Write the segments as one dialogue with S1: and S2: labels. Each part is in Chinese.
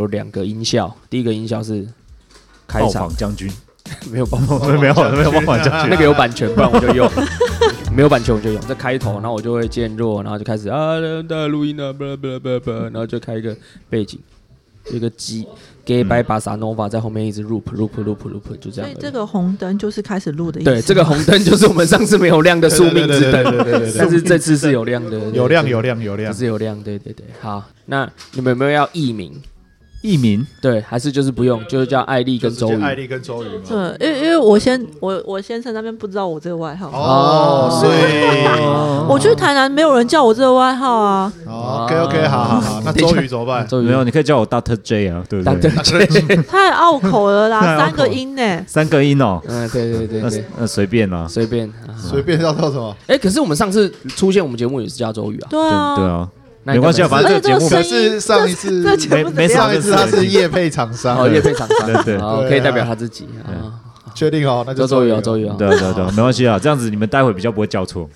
S1: 有两个音效，第一个音效是开
S2: 暴
S1: 场
S2: 坊将军，
S1: 没有爆
S2: 没有没有暴坊将军，
S1: 那个有版权，不然我就用；没有版权我就用。在开头，然后我就会渐弱，然后就开始啊，的录音啊，不不不不，然后就开一个背景，一个鸡 gay by b a s a nova 在后面一直 loop loop loop loop，就这
S3: 所
S1: 样
S3: 以
S1: 而已。
S3: 这个红灯就是开始录的意思。
S1: 对，这个红灯就是我们上次没有亮的宿命之
S2: 对对对
S1: 灯，
S2: 对对对对
S1: 但是这次是有亮的，对
S2: 有亮
S1: 对
S2: 有亮有亮
S1: 只。是有亮，对对对。好，那你们有没有要艺名？
S2: 艺名
S1: 对，还是就是不用，就是叫艾丽跟周
S2: 就是
S1: 瑜。
S2: 艾丽跟周瑜嘛。
S3: 对，因为因为我先我我先生那边不知道我这个外号，
S2: 哦，所以
S3: 我去台南没有人叫我这个外号啊。
S2: OK OK，好好好，那周瑜怎么办？
S1: 周瑜
S4: 没有，你可以叫我 Doctor J 啊，对不
S1: 答对
S4: 对？，
S3: 太拗口了
S2: 太
S3: 啦，
S2: 拗口
S3: 三个音 呢、
S4: 三个音哦，
S1: 嗯，对对对
S4: 那
S1: 对，
S4: 那随便啦。
S1: 随便。啊
S2: 随便叫叫什 么？
S1: 哎，可是我们上次出现我们节目也是加州语啊，
S3: 对
S4: 对
S3: 啊，
S4: 对啊，
S1: 那应
S4: 没
S1: 该
S4: 关系啊
S1: 没
S4: 反
S1: 事
S4: 正
S3: 而且
S4: 这个节目
S3: 这个
S2: 可
S3: 声音，
S2: 是上一次
S3: 这节目
S4: 没没
S3: 怎么样
S2: 上一次他是业配厂商，
S1: 哦，乐配厂商，
S4: 对对
S1: 哦，
S2: 对啊
S1: 可以代表他自己啊。
S2: 确定哦，那
S1: 周
S2: 就
S1: 周
S2: 周
S1: 瑜
S2: 瑜
S1: 啊，周瑜啊，
S4: 对啊对啊对啊，没关系啊，这样子你们待会比较不会叫错。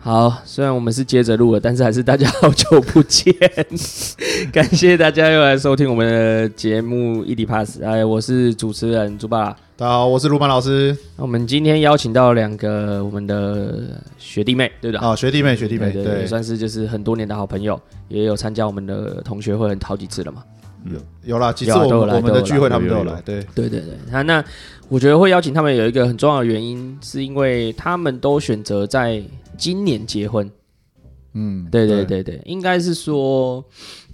S1: 好，虽然我们是接着录了，但是还是大家 好久不见， 感谢大家又来收听我们的节目《一滴 pass》。哎，我是主持人猪爸。
S2: 大家好，我是鲁班老师
S1: 那我们今天邀请到两个我们的学弟妹，对的，
S2: 啊，学弟妹，学弟妹，
S1: 对对，也
S2: 对，
S1: 算是就是很多年的好朋友，也有参加我们的同学会很好几次了嘛。
S2: 有啦，几次
S1: 有啊
S2: 我
S1: 都有
S2: 们
S1: 来
S2: 我们
S1: 都
S2: 的
S1: 有
S2: 聚会
S4: 来
S2: 他们都有
S4: 有有有
S2: 来，对，
S1: 对对对，那那我觉得会邀请他们有一个很重要的原因，是因为他们都选择在今年结婚。
S2: 嗯，
S1: 对对，对对，应该是说，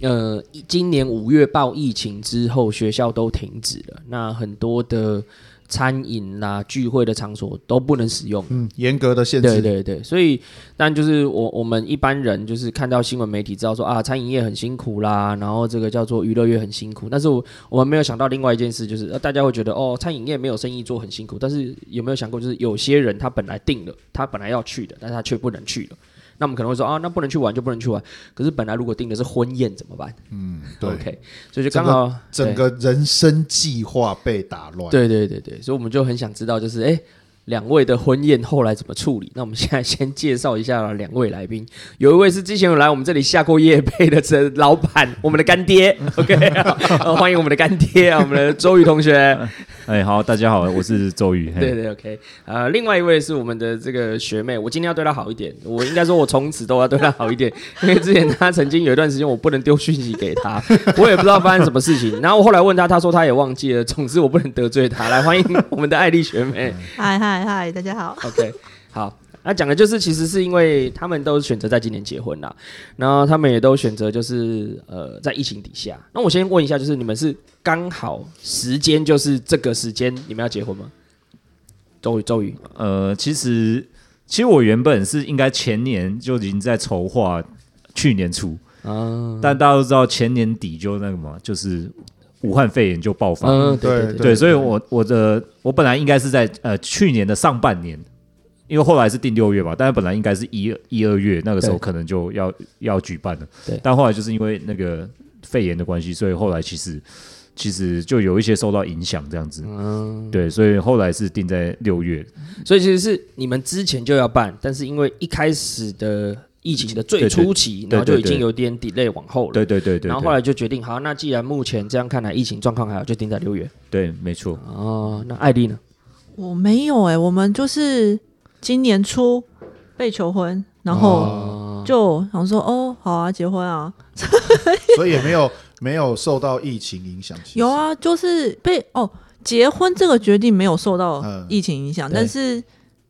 S1: 呃，一今年五月报疫情之后，学校都停止了，那很多的餐饮啦、聚会的场所都不能使用。
S2: 嗯，严格的限
S1: 对
S2: 制，
S1: 对对，所以但就是我我们一般人就是看到新闻媒体知道说啊，餐饮业很辛苦啦，然后这个叫做娱乐业很辛苦，但是我我们没有想到另外一件事，就是、呃、大家会觉得哦，餐饮业没有生意做很辛苦，但是有没有想过，就是有些人他本来定了，他本来要去的，但是他却不能去了。那我们可能会说啊，那不能去玩就不能去玩。可是本来如果订的是婚宴怎么办
S2: 嗯，对，
S1: ？OK，所以就刚好
S2: 整个人生计划被打乱，
S1: 对对对对，所以我们就很想知道，就是哎，两位的婚宴后来怎么处理？那我们现在先介绍一下两位来宾，有一位是之前有来我们这里下过夜配的这老板，我们的干爹，OK，好、呃 欢迎我们的干爹啊，我们的周宇同学，
S4: 哎，好，大家好，我是 周瑜。嘿
S1: 对对，OK，呃，另外一位是我们的这个学妹，我今天要对她好一点，我应该说我从此都要对她好一点，因为之前她曾经有一段时间我不能丢讯息给她，我也不知道发生什么事情，然后我后来问她，她说她也忘记了，总之我不能得罪她，来欢迎我们的艾丽学妹
S3: 嗨嗨嗨，大家好。
S1: ，OK，好。那讲的就是，其实是因为他们都选择在今年结婚啦，然后他们也都选择就是呃，在疫情底下。那我先问一下，就是你们是刚好时间就是这个时间你们要结婚吗？周宇，周宇，
S4: 呃，其实其实我原本是应该前年就已经在筹划去年初，
S1: 啊，
S4: 但大家都知道前年底就那个嘛，就是武汉肺炎就爆发。
S1: 嗯，对
S2: 对
S1: 对
S4: 对，所以我我的我本来应该是在呃去年的上半年，因为后来是定六月嘛，但是本来应该是一一二月那个时候
S1: 对
S4: 可能就要要举办了，
S1: 对
S4: 但后来就是因为那个肺炎的关系，所以后来其实其实就有一些受到影响这样子，
S1: 嗯，
S4: 对，所以后来是定在六月，
S1: 所以其实是你们之前就要办，但是因为一开始的疫情的最初期，然后就已经有点 delay 往后了。
S4: 对对对对，
S1: 然后后来就决定，好，那既然目前这样看来，疫情状况还好，就定在六月。
S4: 对对没错，
S1: 哦，那艾丽呢？
S3: 我没有哎、我们就是今年初被求婚，然后
S1: 哦，
S3: 就想说哦，好啊，结婚啊，
S2: 所以也没有没有受到疫情影响，其实
S3: 有，啊，就是被哦。结婚这个决定没有受到
S2: 嗯
S3: 疫情影响，
S1: 对
S3: 但是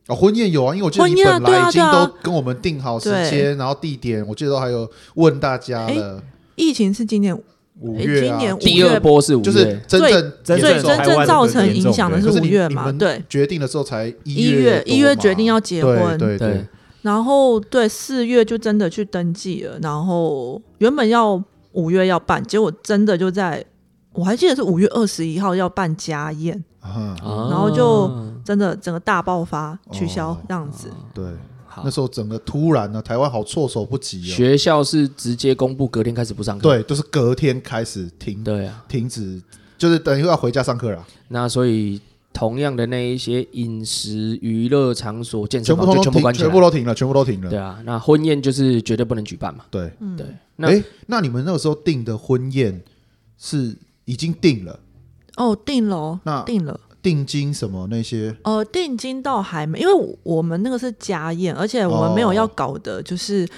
S2: 哦，婚宴有啊，因为我记得
S3: 婚
S2: 你
S3: 宴啊
S2: 本来已
S3: 对
S2: 经
S3: 啊对
S2: 都
S3: 啊
S2: 跟我们定好时
S3: 对
S2: 间，然后地点，我记得都还有问大家了，
S3: 疫情是今年
S2: 五
S3: 诶
S2: 月
S3: 今
S2: 啊，
S3: 年五
S1: 第二
S3: 月，
S1: 波是五
S2: 就是
S1: 月，
S2: 真正
S4: 最
S3: 所以
S4: 最
S2: 严重
S3: 真
S4: 台
S3: 正
S4: 湾
S3: 造
S4: 的
S3: 成
S4: 严
S3: 影
S4: 重
S3: 响的
S4: 对
S3: 是
S2: 可
S3: 五
S2: 你
S3: 月
S2: 你
S3: 嘛？
S2: 们
S3: 对，
S2: 决定的时候才
S3: 一
S2: 一
S3: 月一月决定要结
S2: 结
S3: 婚，
S2: 对对
S1: 对
S2: 对，
S3: 然后对四月就真的去登记了，然后原本要五月要办，结果真的就在我还记得是五月二十一号要办家宴，
S2: 啊，
S1: 然
S3: 然后就真的整个大爆发取消
S2: 哦
S3: 这样子。
S2: 对，
S1: 好
S2: 那，时候整个突然啊呢，台湾好措手不及哦，
S1: 学校是直接公布隔天开始不上课。
S2: 对，就是隔天开始停
S1: 对啊，
S2: 停止就是等于要回家上课了，
S1: 那所以同样的那一些饮食、娱乐场所、健
S2: 全
S1: 身
S2: 部
S1: 房就
S2: 通通
S1: 全部
S2: 停，
S1: 关起
S2: 全部
S1: 来。
S2: 都停了，全部都停
S1: 对
S2: 了。
S1: 啊，那婚宴就是绝对不能举办嘛。
S2: 对，
S3: 嗯
S1: 对，那
S2: 哎，那你们那个时候订的婚宴是已经定了，
S3: 哦，定了哦，
S2: 那
S3: 定了。
S2: 定金什么那些？
S3: 呃，定金倒还没，因为我们那个是家宴，而且我们没有
S2: 哦
S3: 要搞的，就是什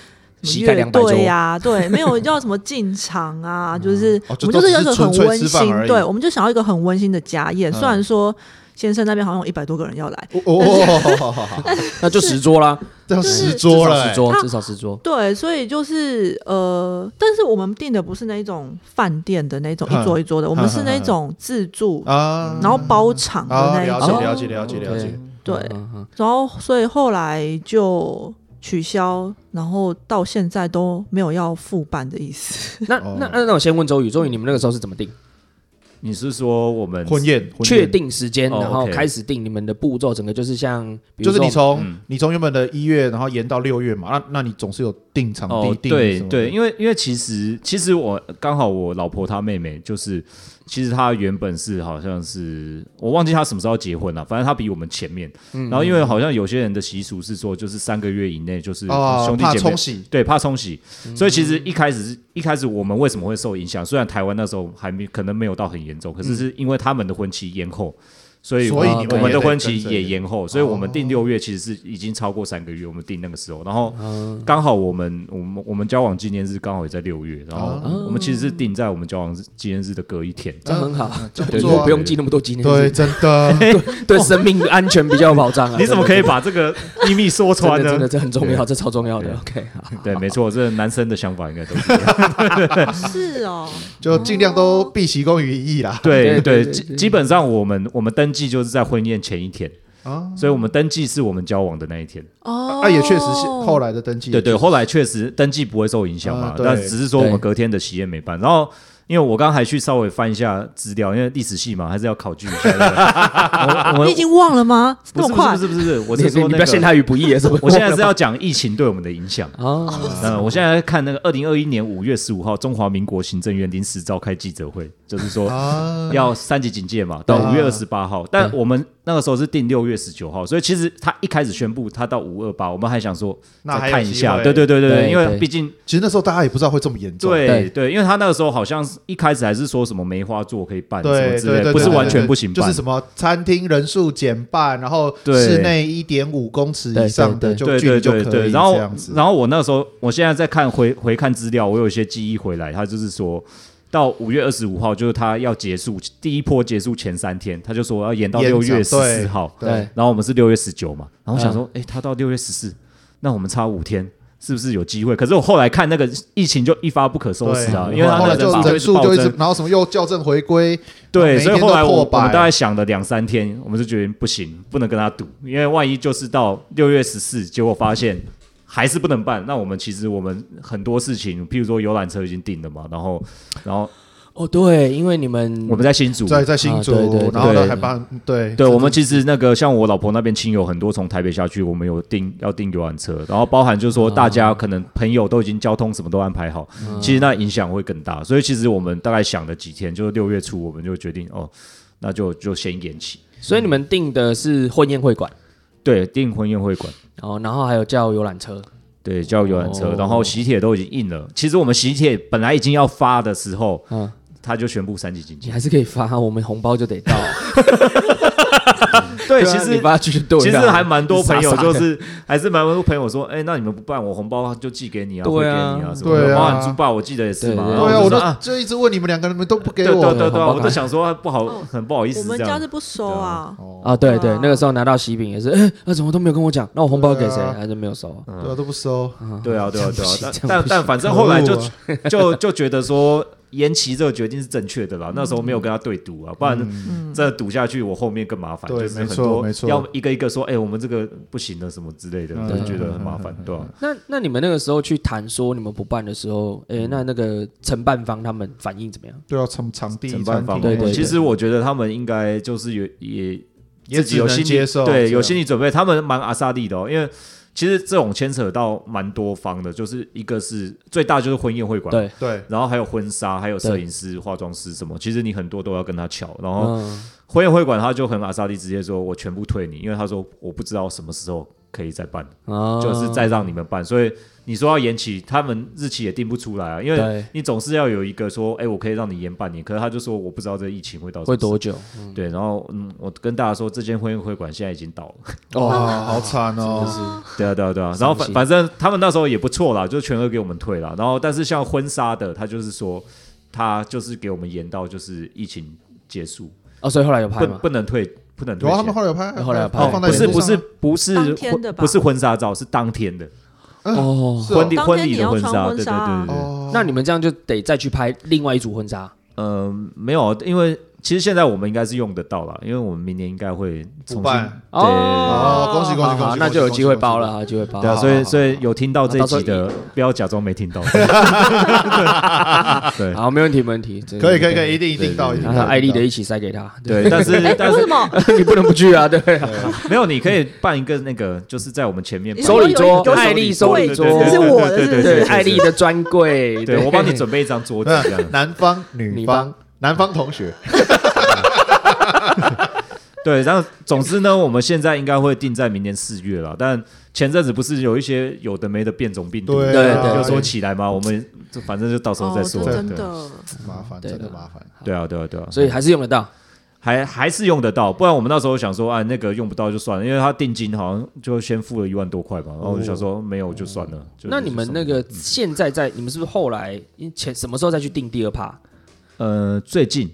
S1: 膝
S3: 么
S1: 盖
S3: 乐
S1: 两百桌
S3: 队 呀，对，没有要什么进场啊，就是
S2: 哦
S3: 我
S2: 就
S3: 们就是要一个很温
S2: 都只是纯粹吃饭而
S3: 馨，
S2: 已
S3: 对，我们就想要一个很温馨的家宴。
S2: 嗯
S3: 虽然说先生那边好像有一百多个人要来，
S2: 哦哦，好好好，
S1: 那就十桌啦，
S2: 这要
S3: 就
S2: 十
S3: 是
S2: 桌
S1: 至少
S2: 了，哎
S1: 十桌，
S3: 他
S1: 至少十桌。
S3: 对，所以就是呃，但是我们订的不是那一种饭店的那种
S2: 嗯
S3: 一桌一桌的，我们是那
S2: 嗯嗯嗯
S3: 种自助，
S2: 啊，
S3: 然后包场的
S2: 啊，
S3: 那一
S2: 了
S3: 种
S2: 解
S1: 哦。
S2: 了解了解了解，
S3: 对
S1: 嗯嗯
S3: 然后所以后来就取消，然后到现在都没有要复办的意思。
S1: 嗯那
S2: 哦
S1: 那那那我先问周宇，周宇你们那个时候是怎么定？
S4: 你是说我们
S2: 婚宴婚宴
S1: 确定时间，
S4: 哦
S1: 然后
S4: OK
S1: 开始定你们的步骤，整个就是像，比如
S2: 就是
S1: 说
S2: 你从、
S4: 嗯
S2: 你从原本的一月，然后延到六月嘛，那那你总是有定场地、
S4: 哦，
S2: 定
S4: 对
S2: 什么的
S4: 对，因为因为其实其实我刚好我老婆她妹妹就是，其实她原本是好像是我忘记她什么时候结婚了，反正她比我们前面。
S2: 嗯
S4: 然后因为好像有些人的习俗是说，就是三个月以内就是
S2: 啊，
S4: 兄弟
S2: 怕
S4: 姐妹
S2: 冲。洗
S4: 对，怕冲洗，所以其
S1: 嗯
S4: 实一开始是一开始我们为什么会受影响？虽然台湾那时候还没可能没有到很严重，可是是因为他们的婚期延后，所以
S2: 所
S1: 嗯以
S4: 我
S1: 你们哦
S4: 我
S1: 也
S4: 们的
S2: 得
S4: 婚期
S2: 跟着
S4: 也延后，所以我们定六月其实是已经超过三个月，我们定那个时候，然后
S1: 哦
S4: 刚好我们我们我们交往纪念日刚好也在六月，然后
S1: 哦
S4: 我们其实是定在我们交往纪念日的隔一天。
S1: 这样很好，
S2: 这样不
S1: 对，
S2: 错啊
S1: 不用记那么多纪念
S2: 对，
S1: 日，
S2: 真的
S1: 对生命安全比较有保障啊。
S4: 你怎么可
S1: 以
S4: 以把这个秘密说穿
S1: 真的真
S4: 呢
S1: 的？这很重要，这超重要的
S4: 对。
S1: OK，好
S4: 对，没错，这男生的想法应该都是这样
S3: 是哦，
S2: 就尽量都毕其功于一役啦。
S4: 对
S1: 对对
S4: 对，
S1: 对
S4: 基
S1: 对
S4: 基本上我们我们登记就是在婚宴前一天，
S1: 哦
S2: 啊，
S4: 所以我们登记是我们交往的那一天。
S3: 哦，
S2: 那、也确实是后来的登记，
S4: 对对，后来确实登记不会受影响嘛
S2: 啊，对
S4: 但只是说我们隔天的喜宴没办。然后，因为我刚刚还去稍微翻一下资料，因为历史系嘛，还是要考据一下 的。我我
S3: 你
S4: 们
S3: 啊已经忘了吗？
S4: 不是
S3: 那么
S4: 不是
S3: 快
S4: 不是不是，我
S1: 你
S4: 是
S1: 你
S4: 说
S1: 你不
S4: 那
S1: 要陷
S4: 个，
S1: 他于不义啊！是不是？
S4: 我现在是 要讲疫情对我们的影响。
S1: 啊，
S4: 嗯，我现在在看那个二零二一年五月十五号，中华民国行政院临时召开记者会，就是说
S2: 啊，
S4: 要三级警戒嘛，到
S2: 对
S4: 五月二十八号，但我们那个时候是定六月十九号，所以其实他一开始宣布他到五二八，我们还想说
S2: 那还
S4: 再
S2: 有
S4: 看一下，
S2: 机
S4: 对对
S2: 会
S4: 对对
S1: 对
S4: 对，因为
S1: 对
S4: 毕竟
S2: 其实那时候大家也不知道会这么严重，
S4: 对
S1: 对
S4: 对，因为他那个时候好像是一开始还是说什么梅花座可以办什么
S2: 对
S4: 之
S2: 对
S4: 类，
S2: 对，
S4: 不是
S2: 对
S4: 完全
S2: 对
S4: 不行
S2: 就
S4: 办
S2: 是，什么餐厅人数减半，然后
S4: 对
S2: 室内一点五公尺以上的就
S4: 对
S2: 距
S4: 对
S2: 离就
S4: 对
S2: 可
S4: 对，
S2: 以
S4: 然
S2: 这
S4: 后
S2: 样子。
S4: 然后我那时候，我现在在看回回看资料，我有一些记忆回来，他就是说到五月二十五号，就是他要结束第一波结束前三天，他就说要延到
S2: 延
S4: 六月十
S2: 长对
S4: 四号，
S1: 对，
S4: 然后我们是六月十九嘛，然后我想
S2: 嗯
S4: 说，哎、他到六月十四，那我们差五天。是不是有机会？可是我后来看那个疫情就一发不可收拾啊，
S2: 对
S4: 因为他
S2: 后
S4: 那
S2: 来
S4: 个
S2: 就人数
S4: 暴
S2: 就一
S4: 增
S2: 直，然后什么又校正回归，
S4: 对，
S2: 每一
S4: 所以
S2: 天
S4: 后
S2: 都
S4: 来我
S2: 破
S4: 我
S2: 百
S4: 们大概想了两三天，我们就决定不行，不能跟他赌，因为万一就是到六月十四，结果发现还是不能办。那我们其实我们很多事情，譬如说游览车已经定了嘛，然后然后
S1: 哦，对，因为你们
S4: 我们在新竹，
S2: 在在新
S1: 啊
S2: 竹
S1: 对对，
S2: 然后
S4: 对
S2: 呢还帮对啊
S4: 对我们其实那个像我老婆那边亲友很多从台北下去，我们有订要订游览车，然后包含就是说大
S1: 哦
S4: 家可能朋友都已经交通什么都安排好，
S1: 嗯
S4: 其实那影响会更大。所以其实我们大概想了几天，就是六月初我们就决定哦，那就就先延期。
S1: 所以你们订的是婚宴会馆，
S4: 对，订婚宴会馆，
S1: 哦，然后还有叫游览车，
S4: 对，叫游览车，
S1: 哦
S4: 然后喜帖都已经印了。其实我们喜帖本来已经要发的时候，
S1: 嗯，
S4: 他就宣布三级警
S1: 你
S4: 戒。
S1: 还是可以发，我们红包就得到。
S4: 对，
S1: 啊
S4: 其实
S1: 你发去就对了，
S4: 其实还蛮多朋 友
S1: 傻傻
S4: 就
S1: 的
S4: 是还是蛮多朋友说，哎、那你们不办，我红包就寄给你啊，
S1: 对啊
S4: 会给你啊什么的。
S2: 对啊
S4: 包含猪爸，我记得也是嘛。
S1: 对
S4: 然后
S2: 对啊，我
S4: 就
S2: 都
S4: 说啊
S2: 就一直问你们两个，你们都不给
S4: 对对
S2: 我。
S4: 对对啊，
S1: 红包
S4: 我都想说不好，
S3: 哦
S4: 很不好意
S3: 我
S4: 思
S3: 们
S4: 这
S3: 家
S4: 样
S3: 是。不收啊，
S1: 啊，对对
S3: 对啊，
S1: 那个时候拿到喜饼也是，哎，那怎么都没有跟我讲，那我红包给谁
S2: 对啊？
S1: 还是没有收
S4: 嗯
S1: 啊。
S2: 对啊，都不收。
S4: 对啊，对 啊，
S1: 这
S4: 对啊
S1: 样不行这样不。行
S4: 但但但反正后来就
S2: 可恶
S4: 就就觉得说延期这个决定是正确的啦。那时候没有跟他对赌啊，不然
S3: 嗯
S4: 真的赌下去，我后面更麻烦。
S2: 嗯对
S4: 就是
S2: 没
S4: 很
S2: 错
S4: 多
S2: 没错
S4: 要一个一个说，哎，我们这个不行了什么之类的，
S2: 嗯
S4: 就觉得很麻烦，对啊吧？
S1: 那那你们那个时候去谈说你们不办的时候，
S4: 嗯
S1: 哎，那那个承办方他们反应怎么样？
S2: 对啊，场场地、
S4: 承
S2: 餐
S4: 办
S2: 厅，
S4: 方
S1: 对对对
S4: 其实我觉得他们应该就是有也
S2: 也
S4: 自己有
S2: 只能
S4: 心理
S2: 接受，
S4: 对，有心
S2: 理
S4: 理准备。他们蛮阿萨利的哦，因为其实这种牵扯到蛮多方的，就是一个是最大就是婚宴会馆，
S1: 对，
S2: 对，
S4: 然后还有婚纱，还有摄
S1: 对
S4: 影师、化妆师什么，其实你很多都要跟他瞧。然后
S1: 嗯，
S4: 婚宴会馆他就很阿萨利直接说，我全部退你，因为他说我不知道什么时候可以再办，
S1: 啊
S4: 就是再让你们办，所以你说要延期，他们日期也定不出来啊，因为
S1: 对
S4: 你总是要有一个说，哎，我可以让你延半年，可是他就说我不知道这疫情会到什么
S1: 会
S4: 时候
S1: 多久？
S4: 对，然后嗯，我跟大家说，这间婚宴会馆现在已经 倒了。
S2: 哇，好惨哦，
S4: 对啊，对啊，对啊。然后反
S1: 心
S4: 反正他们那时候也不错啦，就全额给我们退了。然后但是像婚纱的，他就是说他就是给我们延到就是疫情结束，
S1: 哦，所以后来有拍
S4: 不
S1: 吗？
S4: 不能退，不能退
S2: 然后他们
S4: 钱。哎
S2: 后来有拍，
S1: 后来有拍
S2: 有放在
S4: 不是
S2: 脸
S4: 不是
S2: 书上啊
S4: 不是
S3: 当天
S4: 婚
S3: 的吧
S4: 不是婚纱照，是当天的
S2: 嗯
S1: 哦，
S2: 是哦
S4: 婚礼
S3: 当天
S4: 婚礼
S3: 你
S4: 的
S3: 要
S4: 婚
S3: 穿
S4: 纱，
S3: 婚
S4: 对对
S3: 纱啊
S4: 对对。
S2: 哦，
S1: 那你们这样就得再去拍另外一组婚纱。
S4: 嗯，没有，因为其实现在我们应该是用得到了，因为我们明年应该会重
S2: 补
S4: 新
S2: 办
S4: 对
S2: 哦恭喜恭喜
S1: 好
S2: 恭
S1: 好
S2: 喜
S1: 那就有机会包了，
S2: 恭
S1: 好有机会包。
S4: 对啊，
S2: 好
S4: 所
S2: 好
S4: 以
S2: 好
S4: 所以有听到这一
S1: 那到时候
S4: 集的，不要假装没听到。对
S1: 好，没问题，没问题。这个
S2: 哦可以可以可以，一。定一
S4: 对
S2: 定到
S4: 对
S2: 一
S4: 对
S2: 定
S1: 然
S2: 到
S1: 后艾丽的
S2: 一定
S1: 一起塞给他，
S4: 对，但是
S3: 哎，
S4: 但
S3: 为
S4: 是
S3: 什么？
S1: 你不能不去啊，对 啊。
S4: 没有，你可以办一个那个，就是在我们前面
S3: 你
S4: 办
S1: 收
S3: 说
S1: 礼桌
S3: 有，有
S1: 艾丽收礼桌，
S4: 对对对
S3: 是
S4: 对
S3: 我的
S4: 对对
S3: 是不
S4: 对
S1: 对
S3: 是
S4: 对，
S1: 艾丽的专柜，
S4: 对我帮你准备一张桌子
S2: 到
S4: 这样
S2: 那。南方女
S1: 女
S2: 方
S1: 方
S2: 南方 同学，
S4: 对，然后总之呢，我们现在应该会定在明年四月了。但前阵子不是有一些有的没的变种病毒，
S2: 对
S1: 对对
S4: 就说起来嘛，我们就反正就到时候再
S3: 哦，
S4: 说。
S3: 这真
S4: 对
S3: 的，
S2: 麻烦
S1: 对
S2: 真的
S1: 的
S2: 麻烦，
S4: 对啊，对啊，对啊，
S1: 所以还是用得到。
S4: 还还是用得到，不然我们那时候想说，啊，那个用不到就算了，因为他定金好像就先付了一万多块吧，然后我就想说没有就算了。就
S1: 哦那你们那个现在在，你们是不是后来因前什么时候再去定第二趴？
S4: 呃，最近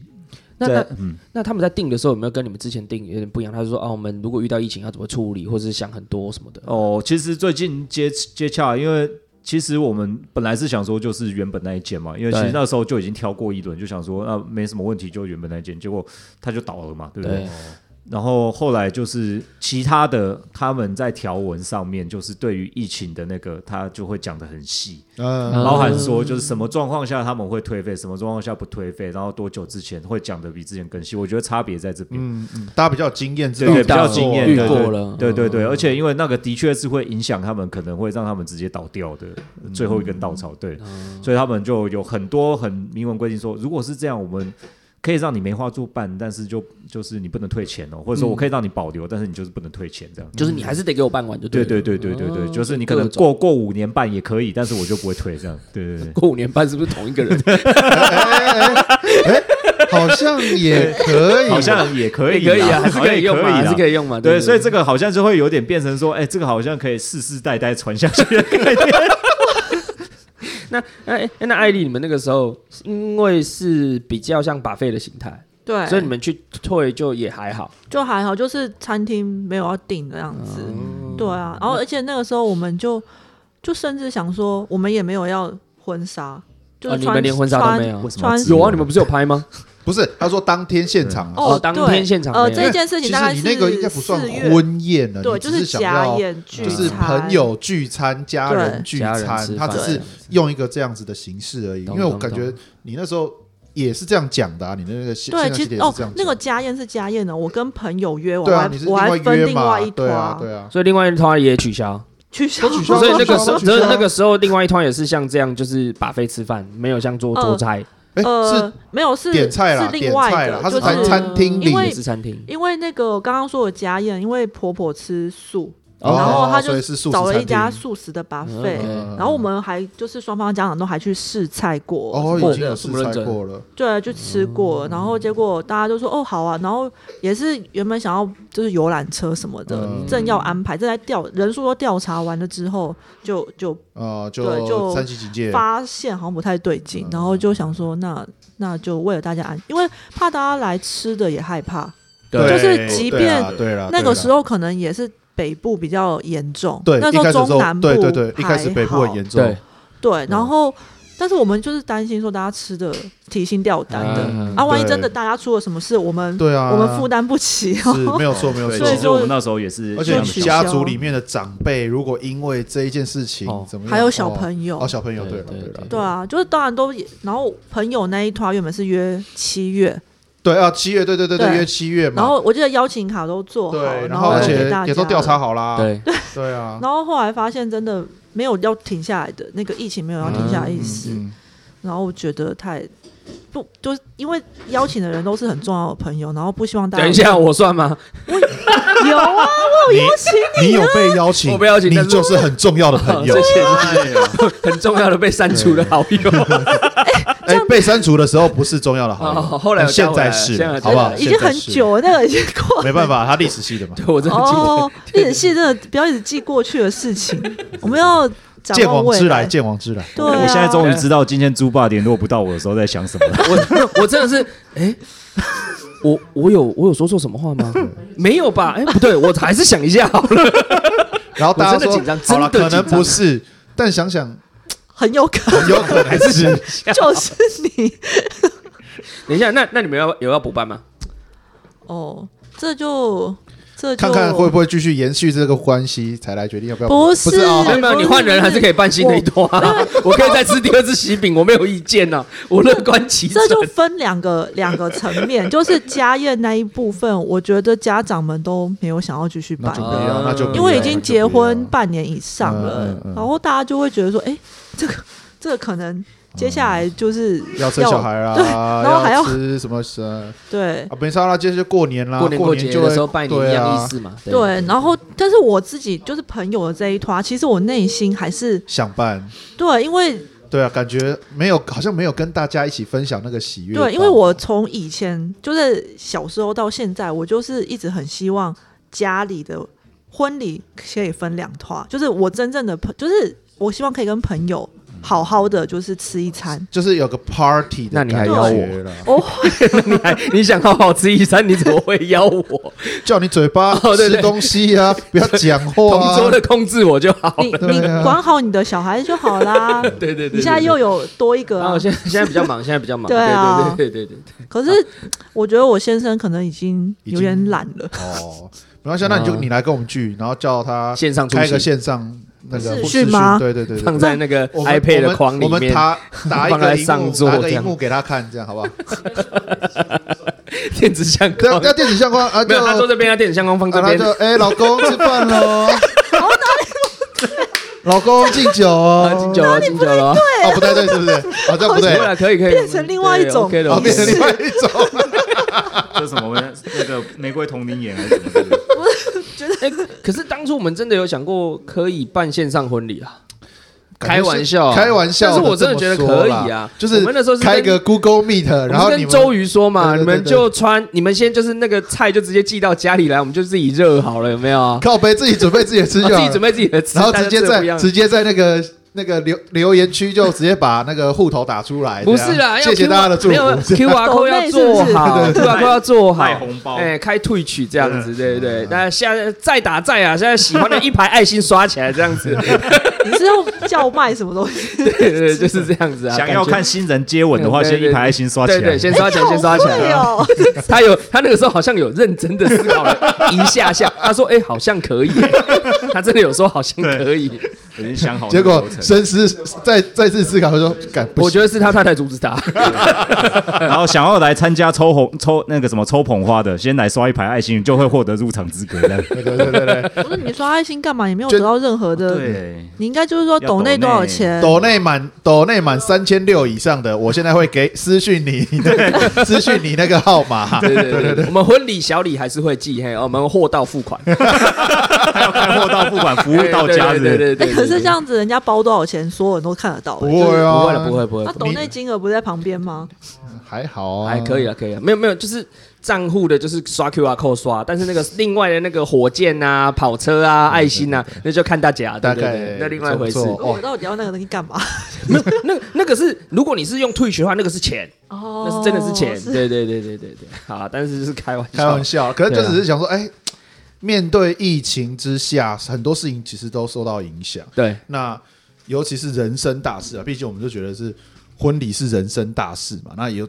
S1: 那
S4: 在嗯
S1: 那那他们在定的时候有没有跟你们之前定有点不一样？他就说啊，我们如果遇到疫情要怎么处理，或者是想很多什么的。
S4: 哦，其实最近接接洽，因为其实我们本来是想说就是原本那一间嘛，因为其实
S1: 对
S4: 那时候就已经挑过一轮，就想说那、啊没什么问题，就原本那一间，结果它就倒了嘛，对不对？
S1: 对，
S4: 然后后来就是其他的他们在条文上面，就是对于疫情的那个，他就会讲的很细，
S2: 嗯
S1: 嗯
S4: 包含说就是什么状况下他们会退费，什么状况下不退费，然后多久之前会讲的比之前更细，我觉得差别在这边。
S2: 嗯嗯，大家比较有经验，知
S4: 对对，
S2: 道
S1: 遇
S4: 比
S1: 到
S4: 较
S1: 了
S4: 经验，
S1: 遇
S4: 对对
S1: 过了
S4: 对对对，
S1: 嗯
S4: 而且因为那个的确是会影响他们，可能会让他们直接倒掉的最后一根稻草，对，所以他们就有很多很明文规定说，如果是这样，我们。可以让你没话做办，但是就就是你不能退钱哦，或者说我可以让你保留，但是你就是不能退钱这样。
S1: 就是你还是得给我办完就
S4: 对
S1: 对
S4: 对
S1: 了
S4: 对对对对，
S1: 哦
S4: 就是你
S1: 各
S4: 可能
S1: 种
S4: 过过五年半也可以，但是我就不会退这样。对对对，
S1: 过五年半是不是同一个人？
S2: 哎好像也可以，
S4: 好像也 可以啦，
S1: 可以啊，还是
S4: 好像
S1: 可
S4: 也
S1: 以用
S4: 可
S1: 嘛，还
S4: 以
S1: 是
S4: 啦
S1: 可以用嘛。
S4: 对，
S1: 不
S4: 所以这个好像就会有点变成说，哎、这个好像可以世世代代传下去的 概念。
S1: 那哎、哎那艾丽，你们那个时候因为是比较像把费的形态，
S3: 对，
S1: 所以你们去退就也还好。
S3: 就还好，就是餐厅没有要订的样子。
S4: 嗯
S3: 对啊，然后而且那个时候我们就就甚至想说，我们也没有要婚纱，就
S1: 哦
S3: 是
S1: 你
S3: 穿、
S1: 们连婚纱都没有
S4: 为
S3: 穿
S4: 什么要
S3: 穿
S4: 自
S1: 有啊，你们不是有拍吗？
S2: 不是，他说当天现场啊，
S1: 哦当天
S3: 对
S1: 现场
S3: 呃，
S1: 没有
S2: 因为
S3: 这件事情
S2: 其
S3: 大概
S2: 实
S3: 是
S2: 你那个应该不算
S3: 四月，
S2: 婚宴了，
S3: 对，
S2: 你
S3: 就
S2: 只
S3: 是
S2: 想
S3: 假
S2: 要
S3: 演聚
S2: 就是
S3: 餐
S2: 朋友聚餐、家人聚
S1: 家人
S2: 餐，
S1: 吃
S2: 他
S1: 饭
S2: 只是用一个这样子的形式而已。因
S1: 懂
S2: 为我
S1: 懂
S2: 感
S1: 懂
S2: 觉你那时候也是这样讲的啊，你的那个现
S3: 对，
S2: 现在
S3: 其
S2: 系列
S3: 实
S2: 也是
S3: 哦
S2: 这样，
S3: 那个
S2: 讲的
S3: 家宴是家宴的，哦我跟朋友约，我
S2: 对啊，
S3: 还
S2: 你是
S3: 我还分
S2: 约
S3: 另外
S2: 嘛
S3: 一，
S2: 对啊
S3: 团
S2: 对啊，
S1: 所以另外一团也取消，
S3: 取消，
S2: 取消
S1: 所以那个
S2: 取消
S1: 时候，
S2: 取消
S1: 所以那个时候另外一团也是像这样，就是把费吃饭，没有像做
S3: 呃
S1: 做差，
S2: 哎是
S3: 呃，没有是
S2: 点菜啦
S3: 是另外
S2: 点菜啦
S3: 的，
S2: 它是
S3: 就
S1: 谈
S2: 餐厅
S3: 因
S2: 里
S1: 也
S3: 为
S1: 是餐厅。
S3: 因为那个我刚刚说我家宴，因为婆婆吃素，
S2: 哦
S3: 然后她
S2: 所
S3: 就
S2: 以是素食
S3: 找了一家
S2: 餐厅
S3: 素食的 buffet，、
S1: 嗯
S2: 嗯
S3: 然后我们还就是双方家长都还去试菜过，
S2: 哦
S1: 过
S2: 已经有
S1: 了
S2: 试
S1: 这么认
S2: 菜
S1: 真
S2: 过了，
S3: 对，就吃过，
S2: 嗯
S3: 然后结果大家就说哦好啊，然后也是原本想要就是游览车什么的，
S2: 嗯
S3: 正要安排，正在调人数都调查完了之后，就就
S2: 呃，
S3: 对
S2: 就
S3: 就
S2: 三级警戒，
S3: 发现好像不太对劲，
S2: 嗯
S3: 然后就想说那那就为了大家安，因为怕大家来吃的也害怕，
S2: 对
S3: 就是即
S2: 对
S3: 便
S2: 啦啊对啊了，
S3: 那个时
S2: 候。
S3: 候可能也是北部比较严重，
S2: 对，
S3: 那
S2: 一开
S3: 候
S2: 始的时候
S3: 中南部
S2: 对对对，一开始
S3: 还
S2: 北部很
S3: 好
S2: 严嗯重，
S1: 对，
S3: 对，然后。但是我们就是担心说大家吃的提心吊胆的、
S1: 嗯
S3: 啊，万一
S2: 对
S3: 真的大家出了什么事，我们
S2: 对啊，
S3: 我们负担不起哦。
S2: 是没有错没有
S4: 对，
S2: 错，
S3: 所以
S4: 其实
S3: 就
S4: 我们那时候也是
S2: 而
S4: 这
S2: 且
S4: 样
S3: 取
S4: 想，
S3: 消
S2: 家族里面的长辈，如果因为这一件事情
S1: 哦
S2: 怎么 样，
S3: 还有小
S2: 友，
S3: 朋友，
S2: 哦，小朋友，对
S1: 对
S2: 了，
S1: 对
S2: 对了，
S3: 对啊，就是当然都也，然后朋友那一团原本是约七月，
S2: 对啊，七月，对对对
S3: 对
S2: 约七月嘛。
S3: 然后我记得邀请卡都做好，
S2: 对，
S3: 然
S2: 后而
S3: 给
S2: 且
S3: 大家
S2: 也都调查好啦。
S1: 对，
S2: 对啊
S3: 了。，然后后来发现真的没有要停下来的那个疫情没有要停下来意思，
S2: 嗯，
S3: 然后我觉得太不就是因为邀请的人都是很重要的朋友，然后不希望大家
S1: 等一下我算吗？
S3: 有啊，我有邀请
S2: 你有被邀请，
S1: 我被邀请
S2: 你
S1: 但是
S2: 就是很重要的朋友
S1: 这。些是很重要的被删除的好友。
S2: 哎，被删除的时候不是重要的好友，
S1: 哦后来我
S2: 但
S1: 加
S2: 现
S1: 回来
S2: 在
S1: 了
S2: 是
S1: 现在，
S2: 好不好？
S3: 已经很久了，那个已经过
S2: 现在是，没办法，他历史系的嘛。
S1: 对 我真的记得，
S3: 哦，历史系真的不要一直记过去的事情，我们要 展
S2: 见
S3: 望
S2: 往
S3: 未
S2: 知来，
S3: 来。
S2: 见往知来。
S3: 对、啊，
S4: 我现在终于知道今天猪爸联络不到我的时候在想什么了。
S1: 我我真的是，哎、我我有我有说错什么话吗？没有吧？哎、不对，我还是想一下好了。
S2: 然后大
S1: 我真
S2: 家
S1: 的
S2: 说
S1: 紧张，
S2: 好了，
S1: 真的
S2: 可能
S1: 紧张
S2: 不是，但想想
S3: 很有可能
S2: 有可能 是。
S3: 就是你
S1: 等一下，那那你们要有要补办吗？
S3: 哦，这就这就
S2: 看看会不会继续延续这个关系，才来决定要不要。
S3: 不是
S2: 不知道
S1: 没有没有，你换人还是可以办新的一段啊。我可以再吃第二次喜饼，我没有意见呐、我乐观其成啊
S3: 这。就分两个两个层 面，就是家宴那一部分，我觉得家长们都没有想要继续
S2: 那
S3: 办
S2: 就，不
S1: 啊
S2: 要，那就不要
S3: 因为已经结婚
S2: 那就不要
S3: 半年以上了，
S2: 嗯嗯嗯
S3: 然后大家就会觉得说，哎，这个这个可能接下来就是
S2: 嗯要生小孩啦，啊
S3: 对然后还要
S2: 吃什么生啊？
S3: 对。
S2: 没事啦，接着就啊过年啦，
S1: 过年过节
S2: 就会
S1: 的时候拜年一
S2: 对
S1: 样
S2: 啊
S1: 意，思嘛。
S3: 对，然后但是我自己就是朋友的这一团，其实我内心还是
S2: 想办。
S3: 对，因为
S2: 对啊，感觉没有，好像没有跟大家一起分享那个喜悦到。
S3: 对，因为我从以前就是小时候到现在，我就是一直很希望家里的婚礼可以分两套，就是我真正的朋，就是我希望可以跟朋友好好的就是吃一餐。
S2: 就是有个 party 的
S1: 那你还
S2: 感
S1: 邀我
S2: 觉啦，
S3: 哦，
S1: 你还你想好好吃一餐，你怎么会邀我？
S2: 叫你嘴巴
S1: 哦对对
S2: 吃东 西啊，不要讲
S1: 同
S2: 话
S1: 桌
S2: 啊。
S1: 的控制我就好。
S3: 你你
S2: 对啊
S3: 管好你的小孩就好啦。
S1: 哦 对对对对
S3: 你现在又有多一个、
S1: 然
S3: 啊
S1: 后，现在现在比较忙，现在比较忙。
S3: 对啊
S1: 对对对对对
S3: 可是我觉得我先生可能已经有点懒了，
S2: 哦，没关系啊，那你就
S1: 嗯
S2: 你来跟我们聚，然后叫他
S1: 线上出
S2: 开个
S1: 席，
S2: 线上那个
S3: 视
S2: 或
S3: 讯吗
S2: 对对对对，
S1: 放在那个
S2: 我们
S1: iPad 的框里
S2: 我们我们
S1: 面。
S2: 打打一
S1: 放在
S2: 个荧
S1: 上
S2: 幕，
S1: 座
S2: 打一个
S1: 这
S2: 荧
S1: 样
S2: 幕给他看，这样 好不好？
S1: 电子相
S2: 要
S1: 框，
S2: 要电子相框啊，
S1: 没
S2: 就
S1: 有，他
S2: 啊
S1: 坐这边，他电子相框放这
S2: 他
S1: 边。
S2: 就哎，老公吃 饭喽，老公敬酒
S1: 啊，
S2: 哦，
S1: 敬酒了，敬酒了，啊
S2: 哦，不太对，是不是？好像不
S1: 对
S2: 对，
S1: 了，可以可以，
S3: 变成另外一种
S1: 对，OK 的
S2: 哦，
S1: ，OK
S2: 变成
S1: 的。
S2: 另外一种，
S4: 这什么那个玫瑰同龄眼还是什么？
S1: 哎，可是当初我们真的有想过可以办线上婚礼啊，开玩笑啊，
S2: 开玩笑的
S1: 但是我真的觉得可以
S2: 这么说
S1: 啊
S2: 啦，就是
S1: 我们那时候是
S2: 开
S1: 跟
S2: 个 Google Meet，然后
S1: 我们
S2: 你
S1: 跟
S2: 们
S1: 周瑜说嘛，
S2: 对
S1: 你
S2: 对对
S1: 们就穿，你们先就是那个菜就直接寄到家里来，我们就自己热好了，有没有啊？
S2: 靠背自己准备自己的吃
S1: 哦自
S2: 就好
S1: 己
S2: 了
S1: 准备自己的吃，
S2: 然后
S1: 大
S2: 直
S1: 家
S2: 接
S1: 吃的不一
S2: 在
S1: 样
S2: 直接在那个那个留留言区就直接把那个户头打出来，
S1: 不是
S2: 这样
S1: 啦，
S2: 谢谢大家的祝
S1: 没有啊
S2: 福。这
S1: Q
S2: 样
S1: R code 要做好
S2: 对
S1: ，Q R code 要做好，
S4: 卖红包
S1: 哎，开退取这样子，对对对
S2: 嗯。
S1: 那现在再打再啊，现在喜欢的一排爱心刷起来这样 子，
S3: 你是要叫卖什么东西？
S1: 对对对，就是这样子啊。
S4: 想要
S1: 感
S4: 看新人接吻的话，
S1: 对对
S4: 先一排爱心刷
S1: 觉，
S4: 起
S1: 对
S4: 来
S1: 对，。先刷起来，先刷起啊
S3: 好会
S1: 来。
S3: 哦，
S1: 他有他那个时候好像有认真的思考了一下下， 他说：“哎，好像可以。” 他真的有说好像可以，
S4: 已经想好那
S2: 结
S4: 个
S1: 哦
S2: 果
S4: 流程，
S2: 深思再再次思考，他说：“敢不
S1: 我觉
S2: 行
S1: 得是他太太阻止他。
S4: 然后想要来参加抽红抽那个什么抽捧花的，先来刷一排爱心，就会获得入场资格。这样
S2: 对对对对 对，
S3: 不是你刷爱心干嘛？也没有
S2: 就
S3: 得到任何的，
S4: 哦对，
S3: 你应该就是说
S4: 要
S3: 抖
S4: 抖内
S3: 内多少钱？
S2: 抖内满抖内满三千六以上的，我现在会给私讯你， 私讯你那个号码。
S1: 对对对对，我们婚礼小礼还是会寄，嘿，我们货到付 款，
S4: 他要开货到付款，服务到家
S1: 对对
S4: 的。
S1: 对
S3: 哎、
S1: 对。
S3: 可是这样子，人家包多少钱，所有人都看得到、
S2: 不
S3: 欸。
S2: 会
S1: 不
S2: 啊，
S1: 会了，不，会不会
S3: 那，抖内金额不是在旁边吗？
S2: 还好啊，
S1: 还可以。了，可以了，没有没有，就是账户的，就是刷 QR code 刷，但是那个另外的那个火箭啊、跑车啊、爱心啊，那就看大家，对
S2: 大
S1: 对
S2: 概
S1: 对，那另外一回事
S2: 不。错
S3: 我
S2: 哦，
S3: 到底要那个东西干嘛？
S1: 那那个是，如果你是用退学的话，那个是钱，
S3: 哦
S1: 那是真的是钱，对对对对对对。好，但是就是开玩
S2: 开
S1: 笑
S2: 玩，笑，可能 就
S1: 对啊
S2: 只是想说，哎，面对疫情之下，很多事情其实都受到影响。
S1: 对
S2: 那尤其是人生大事啊，毕竟我们就觉得是婚礼是人生大事嘛。那也有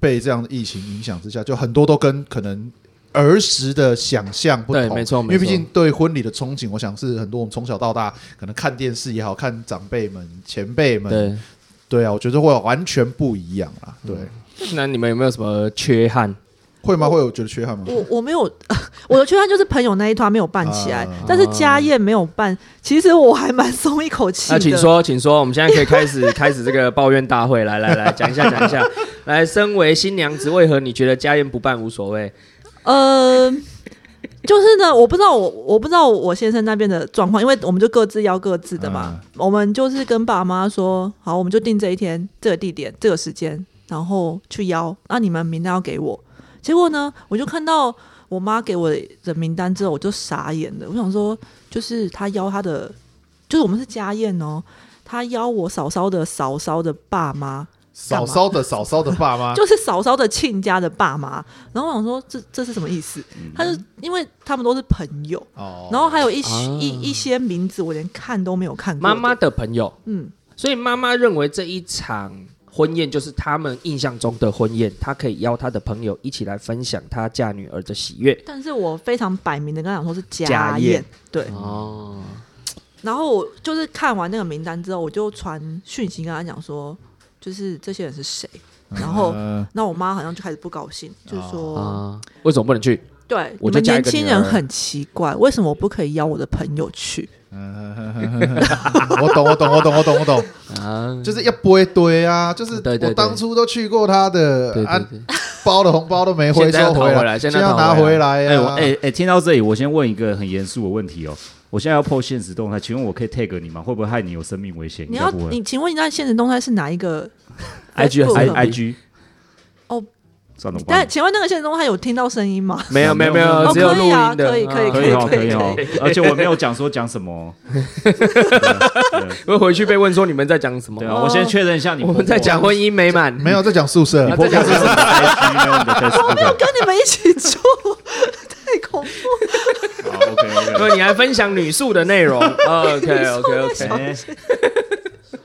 S2: 被这样的疫情影响之下，就很多都跟可能儿时的想象不同。
S1: 对没错
S2: 因为
S1: 没错
S2: 毕竟对婚礼的憧憬，我想是很多我们从小到大可能看电视也好看长辈们、前辈们，
S1: 对。嗯
S2: 对啊，我觉得会完全不一样啦。对，
S1: 那你们有没有什么缺憾？
S2: 会吗？会有觉得缺憾吗？
S3: 我我没有， 我的缺憾就是朋友那一团没有办起来，
S2: 啊
S3: 但是家宴没有办，其实我还蛮松一口气的。
S1: 那请说，请说，我们现在可以开始 开始这个抱怨大会，来来来，讲一下讲一 下。来，身为新娘子，为何你觉得家宴不办无所谓？
S3: 呃，就是呢，我不知道我我不知道我先生那边的状况，因为我们就各自要各自的嘛。我们就是跟爸妈说，好，我们就定这一天、这个地点、这个时间，然后去邀。那你们名单要给我。结果呢，我就看到我妈给我的名单之后，我就傻眼了。我想说，就是她邀她的，就是我们是家宴哦，她邀我嫂嫂的嫂嫂的爸妈，
S2: 嫂嫂的嫂嫂的爸
S1: 啊
S2: 妈，
S3: 就是嫂嫂的亲家的爸妈。然后我想说，这这是什么意思？
S1: 嗯
S3: 他就因为他们都是朋友，
S2: 哦，
S3: 然后还有一些、
S1: 啊
S3: 一一些名字我连看都没有看过。
S1: 妈妈，的朋友，
S3: 嗯，
S1: 所以妈妈认为这一场婚宴就是他们印象中的婚宴，她可以邀她的朋友一起来分享她嫁女儿的喜悦。
S3: 但是我非常摆明的跟他讲说是家
S1: 家宴
S3: 宴，对。
S1: 哦，
S3: 然后我就是看完那个名单之后，我就传讯息跟他讲说，就是这些人是谁。然后，
S2: 呃
S3: 那我妈好像就开始不高兴，就说：“
S1: 嗯啊，为什么不能去？
S3: 对，
S1: 我就
S3: 你们
S1: 加一
S3: 年
S1: 个
S3: 轻
S1: 女儿
S3: 人很奇怪，为什么我不可以邀我的朋友去？
S2: 我懂，我懂，我懂，我懂，我懂，
S1: 啊，
S2: 就是要不会堆啊，就是
S1: 对对对
S2: 我当初都去过他的
S1: 对对
S2: 啊，
S1: 对，
S2: 包的红包都没回
S1: 现在要
S2: 收
S1: 讨
S2: 回
S1: 回
S2: 来，
S1: 来
S2: 现
S1: 现
S2: 在
S1: 在
S2: 要
S1: 要
S2: 拿
S1: 讨回
S2: 回来
S4: 哎、我
S2: 呀！
S4: 哎哎、听到这里，我先问一个很严肃的问题哦。我现在要破现实动态，请问我可以 tag 你吗？会不会害你有生命危险？
S3: 你
S4: 应该
S3: 要
S4: 不会
S3: 你，请问你那现实动态是哪一个
S1: IG
S3: 不
S4: I
S3: 可
S4: I G
S3: 哦，
S4: 算了，我帮
S3: 但
S4: 你
S3: 请问那个现实中他有听到声音吗？
S1: 没有没有没有，
S4: 哦
S1: 只有
S3: 可
S1: 录
S3: 以啊
S1: 音的，
S3: 可以可以
S4: 可以哦，可
S3: 可
S4: 以
S3: 以
S4: 哦，而且我没有讲说讲什么哦。
S1: 我回去被问说你们在讲什么
S4: 对？
S3: 哦
S4: 啊，我先确认一下 你
S1: 我
S4: 婆婆。
S1: 们在讲婚姻美满，
S2: 没有在讲宿舍
S1: 啊，
S4: 婆婆是什么 IG 没 有你的 Facebook
S3: 跟你们一起住， 太恐怖。
S4: 好？OK OK。
S1: 对，你还分享女宿的内容。OK 哦啊 OK OK，
S4: 哎、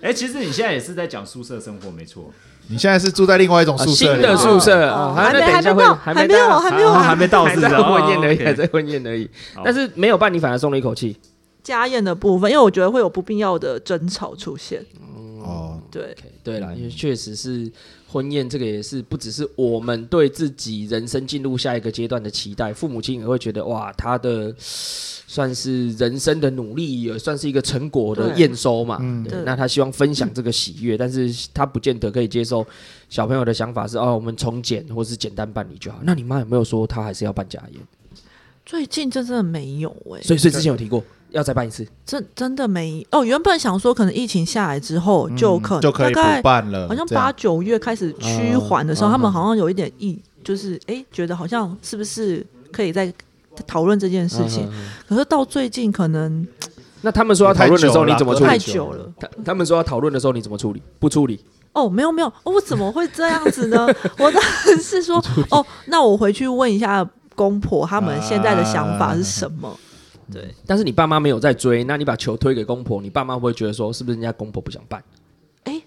S4: 哎其实你现在也是在讲宿舍生活，没错。
S2: 你现在是住在另外一种宿舍
S1: 新
S2: 里
S1: 的
S2: 面，
S1: 宿舍哦，
S3: 哦
S1: 还
S3: 还
S1: 那
S3: 没
S1: 等一下会
S3: 还没
S1: 到
S3: 到还没有
S1: 好
S4: 还没到
S1: 还
S4: 是不
S1: 在
S4: 是？
S1: 婚宴而已，
S4: 哦
S1: 还
S4: ，OK
S1: 在婚宴而已
S4: 好。
S1: 但是没有办，你反而松了一口气。
S3: 家宴的部分，因为我觉得会有不必要的争吵出现。
S2: 哦，
S3: 对，
S1: OK，对啦，
S2: 嗯
S1: 因为确实是婚宴，这个也是不只是我们对自己人生进入下一个阶段的期待，父母亲也会觉得哇，他的算是人生的努力，也算是一个成果的
S3: 对
S1: 验收嘛。
S2: 嗯
S1: 对
S3: 对
S1: 那他希望分享这个喜悦，但是他不见得可以接受小朋友的想法是哦，我们从简或是简单办理就好。那你妈有没有说她还是要办家宴？
S3: 最近真的没有哎、
S1: 所以，所以之前有提过要再办一次。
S3: 真真的没哦。原本想说可能疫情下来之后就可能、
S2: 就可以
S3: 大
S2: 不
S3: 概
S2: 办了，
S3: 好像
S2: 呃这样
S3: 八九月开始趋缓的时候，
S1: 嗯
S3: 他们
S1: 嗯
S3: 好像有一点意，就是哎、觉得好像是不是可以再讨论这件事情。
S1: 嗯
S3: 可是到最近可能
S1: 那他们说要讨论的时候，
S2: 太久了
S1: 你怎么处
S3: 太
S1: 理？
S3: 久了。
S1: 他他们说要讨论的时候，你怎么处理？不处理。
S3: 哦，没有没有，哦我怎么会这样子呢？我当然是说，哦，那我回去问一下公婆，他们现在的想法是什么？对，
S1: 但是你爸妈没有在追，那你把球推给公婆，你爸妈会不会觉得说是不是人家公婆不想办？
S3: 哎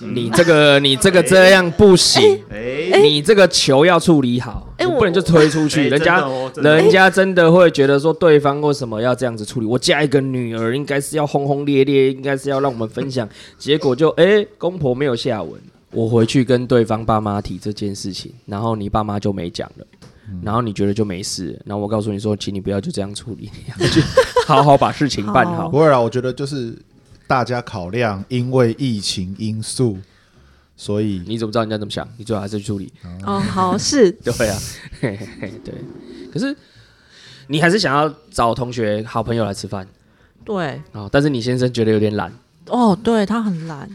S1: 你这 个你这个这样不行，
S4: 哎，
S1: 你这个球要处理好，
S3: 哎
S1: 你
S3: 我
S1: 不能就推出去，
S4: 哎
S1: 人
S4: 真
S1: 家
S4: 的哦真的哦
S1: 人家真的会觉得说对方为什么要这样子处理？我嫁一个女儿应该是要轰轰烈烈，应该是要让我们分享，结果就哎、公婆没有下文。我回去跟对方爸妈提这件事情，然后你爸妈就没讲了。
S4: 嗯
S1: 然后你觉得就没事了，然后我告诉你说，请你不要就这样处理，你要去好好把事情办好
S3: 好。
S2: 不会啦，我觉得就是大家考量，因为疫情因素，所以
S1: 你怎么知道人家怎么想？你最好还是去 处理。
S3: 哦，好是，
S1: 对啊， 嘿嘿嘿，对。可是你还是想要找同学、好朋友来吃饭
S3: 对，
S1: 啊、哦但是你先生觉得有点懒，
S3: 哦，对他很懒，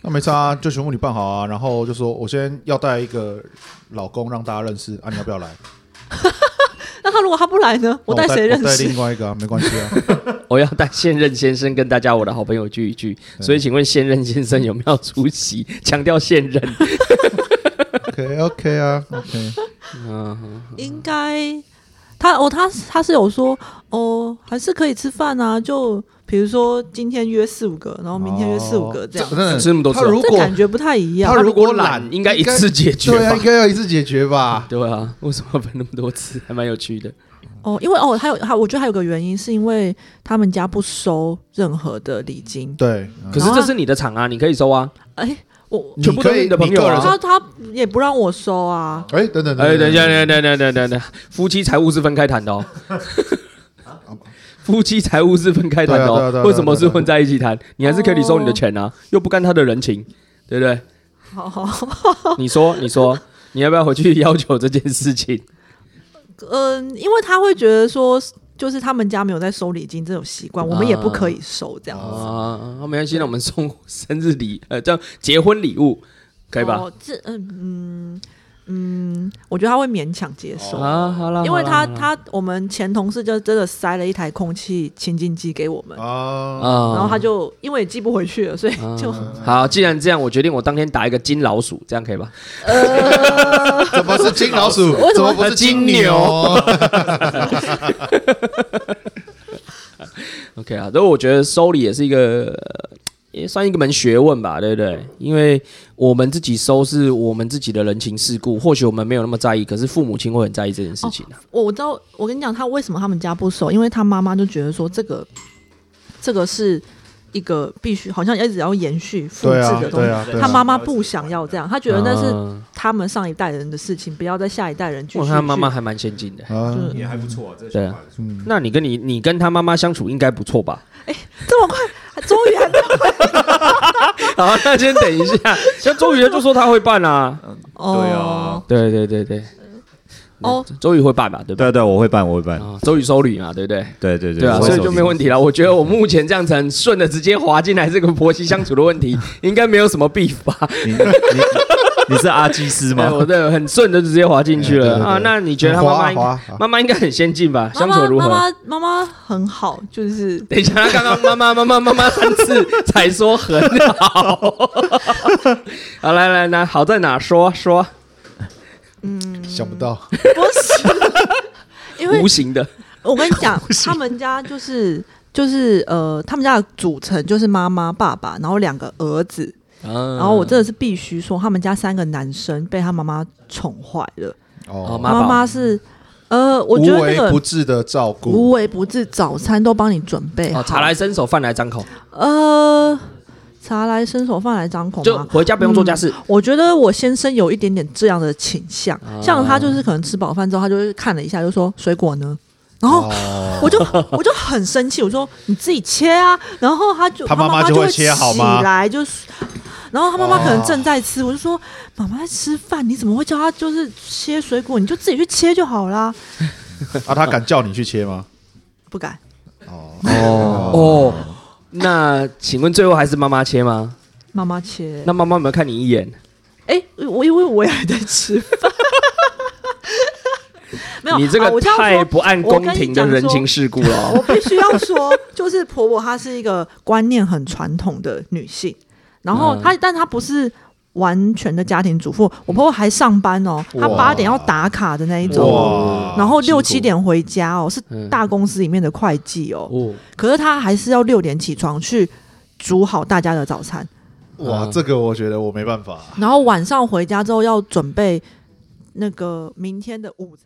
S2: 那没差、啊，就全部你办好啊。然后就说我先要带一个老公让大家认识啊，你要不要来？
S3: 那他如果他不来呢？我带谁认
S2: 我带
S3: 识？
S2: 另 外一个啊，没关系啊。
S1: 我要带现任先生跟大家我的好朋友聚一聚。所以，请问现任先生有没有出席？强调现 任。
S2: OK OK 啊，OK。
S1: 嗯，
S3: 应该他哦，他他是有说哦，还是可以吃饭啊，就比如说今天约四五个，然后明天约四五个这样，
S2: 真的
S1: 吃那么多次
S2: 哦他
S1: 哦
S2: 如
S3: 这
S2: 果
S3: 感觉不太一样
S2: 他。如果
S1: 懒，
S2: 懒
S1: 应该一次解决
S2: 对啊，
S1: 吧
S2: 应？该要一次解决吧。
S1: 对啊，为什么要分那么多次？还蛮有趣的。
S2: 嗯
S3: 哦，因为哦，还有还有我觉得还有个原因是因为他们家不收任何的礼金，
S2: 对，嗯
S1: 可是这是你的场啊，你可以收啊。
S3: 哎，我
S1: 全部都是你的朋友啊
S3: 他他也不让我收啊，
S2: 哎、等等，
S1: 哎，等一下，等一下，等一下，等一下，等一下，夫妻财务是分开谈的 哦。夫妻财务是分开谈的
S2: 对啊对啊对
S1: 哦
S2: 啊，
S1: 为什么是混在一起谈？你还是可以收你的钱啊，又不干他的人情，对不对？
S3: 好 好，
S1: 你说，你说，你要不要回去要求这件事情？
S3: 嗯、因为他会觉得说，就是他们家没有在收礼金这种习惯，我们也
S2: 啊
S3: 不可以收这样
S2: 哦
S3: 子。
S1: 啊，没关系，那我们送生日礼，呃，这样结婚礼物可以吧？
S3: 哦、这嗯嗯嗯，我觉得他会勉强接受，
S2: 哦
S1: 啊，好了，
S3: 因为
S1: 好啦好
S3: 他
S1: 啦
S3: 他我们前同事就真的塞了一台空气清净机给我们，
S2: 啊，
S1: 啊，
S3: 然后他就因为也寄不回去了，所以就、
S1: 好，既然这样，我决定我当天打一个金老鼠，这样可以吧？
S2: 怎么是金老鼠？
S3: 为什么
S2: 怎么不是金牛？
S1: OK 啊，所以我觉得收礼也是一个，呃也算一个门学问吧，对不对？因为我们自己收是我们自己的人情世故，或许我们没有那么在意，可是父母亲会很在意这件事情啊。
S3: 我我知道，我跟你讲，他为什么他们家不收，因为他妈妈就觉得说这个这个是一个必须，好像一直要延续复制
S2: 对啊，
S3: 的东西。
S2: 对啊，对
S3: 哎他
S2: 啊。
S3: 妈妈不想要这样，他觉得那是
S1: 嗯
S3: 他们上一代人的事情，不要再下一代人继
S1: 我
S3: 续。
S1: 看他妈妈还蛮先进的。
S2: 啊，
S3: 嗯
S4: 也还不错啊，这
S1: 对啊那你跟你你跟他妈妈相处应该不错吧？
S3: 这么快，终于还没有
S1: 好，那先等一下。像周瑜就说他会办啊，
S4: 对啊
S3: 哦
S1: 对对对对，
S3: 哦，
S1: 周瑜会办吧，对不对？
S4: 对对，我会办，我会办，
S1: 啊，周瑜收礼嘛，对不对？
S4: 对对
S1: 对啊，
S4: 我会
S1: 所以
S4: 收
S1: 就
S4: 集
S1: 没问题了。我觉得我目前这样子很顺的直接滑进来这个婆媳相处的问题，应该没有什么 beef 吧？
S4: 你你你是阿基斯
S1: 对，
S4: 吗？
S1: 我的很顺的直接滑进去
S2: 哎对
S1: 了
S2: 对对
S1: 啊。那你觉得他
S2: 很滑
S1: 妈妈应
S2: 滑
S1: 妈妈应该很先进吧？
S3: 妈
S1: 相处
S3: 妈
S1: 得如
S3: 妈
S1: 何？
S3: 妈妈妈很好，就是
S1: 等一下，他刚刚妈妈妈妈妈妈三次才说很好。好，来来来，好在哪？说说
S2: 想不到，
S3: 不是，因为
S1: 无形的
S3: 我跟你讲，他们家就是就是呃，他们家的组成就是妈妈、爸爸，然后两个儿子，
S1: 然
S3: 然后我真的是必须说，他们家三个男生被他妈妈宠坏了。
S1: 哦
S2: 哦，
S1: 妈宝
S3: 妈妈是呃，我
S2: 无
S3: 觉得那
S2: 微
S3: 个
S2: 不至的照顾，
S3: 无微不至，早餐都帮你准备好。
S1: 哦，茶来伸手，饭来张口，
S3: 呃，茶来伸手，饭来张口
S1: 就
S3: 嘛。
S1: 回家不用做家事。
S3: 嗯我觉得我先生有一点点这样的倾向，
S1: 啊
S3: 像他就是可能吃饱饭之后，他就会看了一下，就说水果呢，然后
S2: 哦，
S3: 我就我就很生气，我说你自己切啊，然后他就
S2: 他妈
S3: 妈
S2: 妈
S3: 就
S2: 就会
S3: 会
S2: 切好吗
S3: 起来就是，然后他妈妈可能正在吃，
S1: 哦
S3: 我就说妈妈在吃饭，你怎么会叫他就是切水果？你就自己去切就好啦。
S2: 啊，他敢叫你去切吗？
S3: 不敢，
S2: 哦，
S1: 哦，那请问最后还是妈妈切吗？
S3: 妈妈切。
S1: 那妈妈有没有看你一眼？
S3: 哎、我因为我也还在吃饭， 没有，
S1: 你这个
S3: 啊我这样
S1: 太
S3: 说
S1: 不按宫廷的人情世故了
S3: 我
S1: 哦。
S3: 必须要说，就是婆婆她是一个观念很传统的女性，然后
S1: 嗯
S3: 她，但她不是完全的家庭主妇，我婆婆还上班哦，她
S2: 哇
S3: 八点要打卡的那一种。
S2: 哇
S3: 然后六
S1: 辛苦
S3: 七点回家哦，是
S1: 嗯
S3: 大公司里面的会计哦，
S1: 哦，
S3: 可是她还是要六点起床去煮好大家的早餐，
S2: 哇，这个我觉得我没办法。
S3: 然后晚上回家之后要准备那个明天的午餐。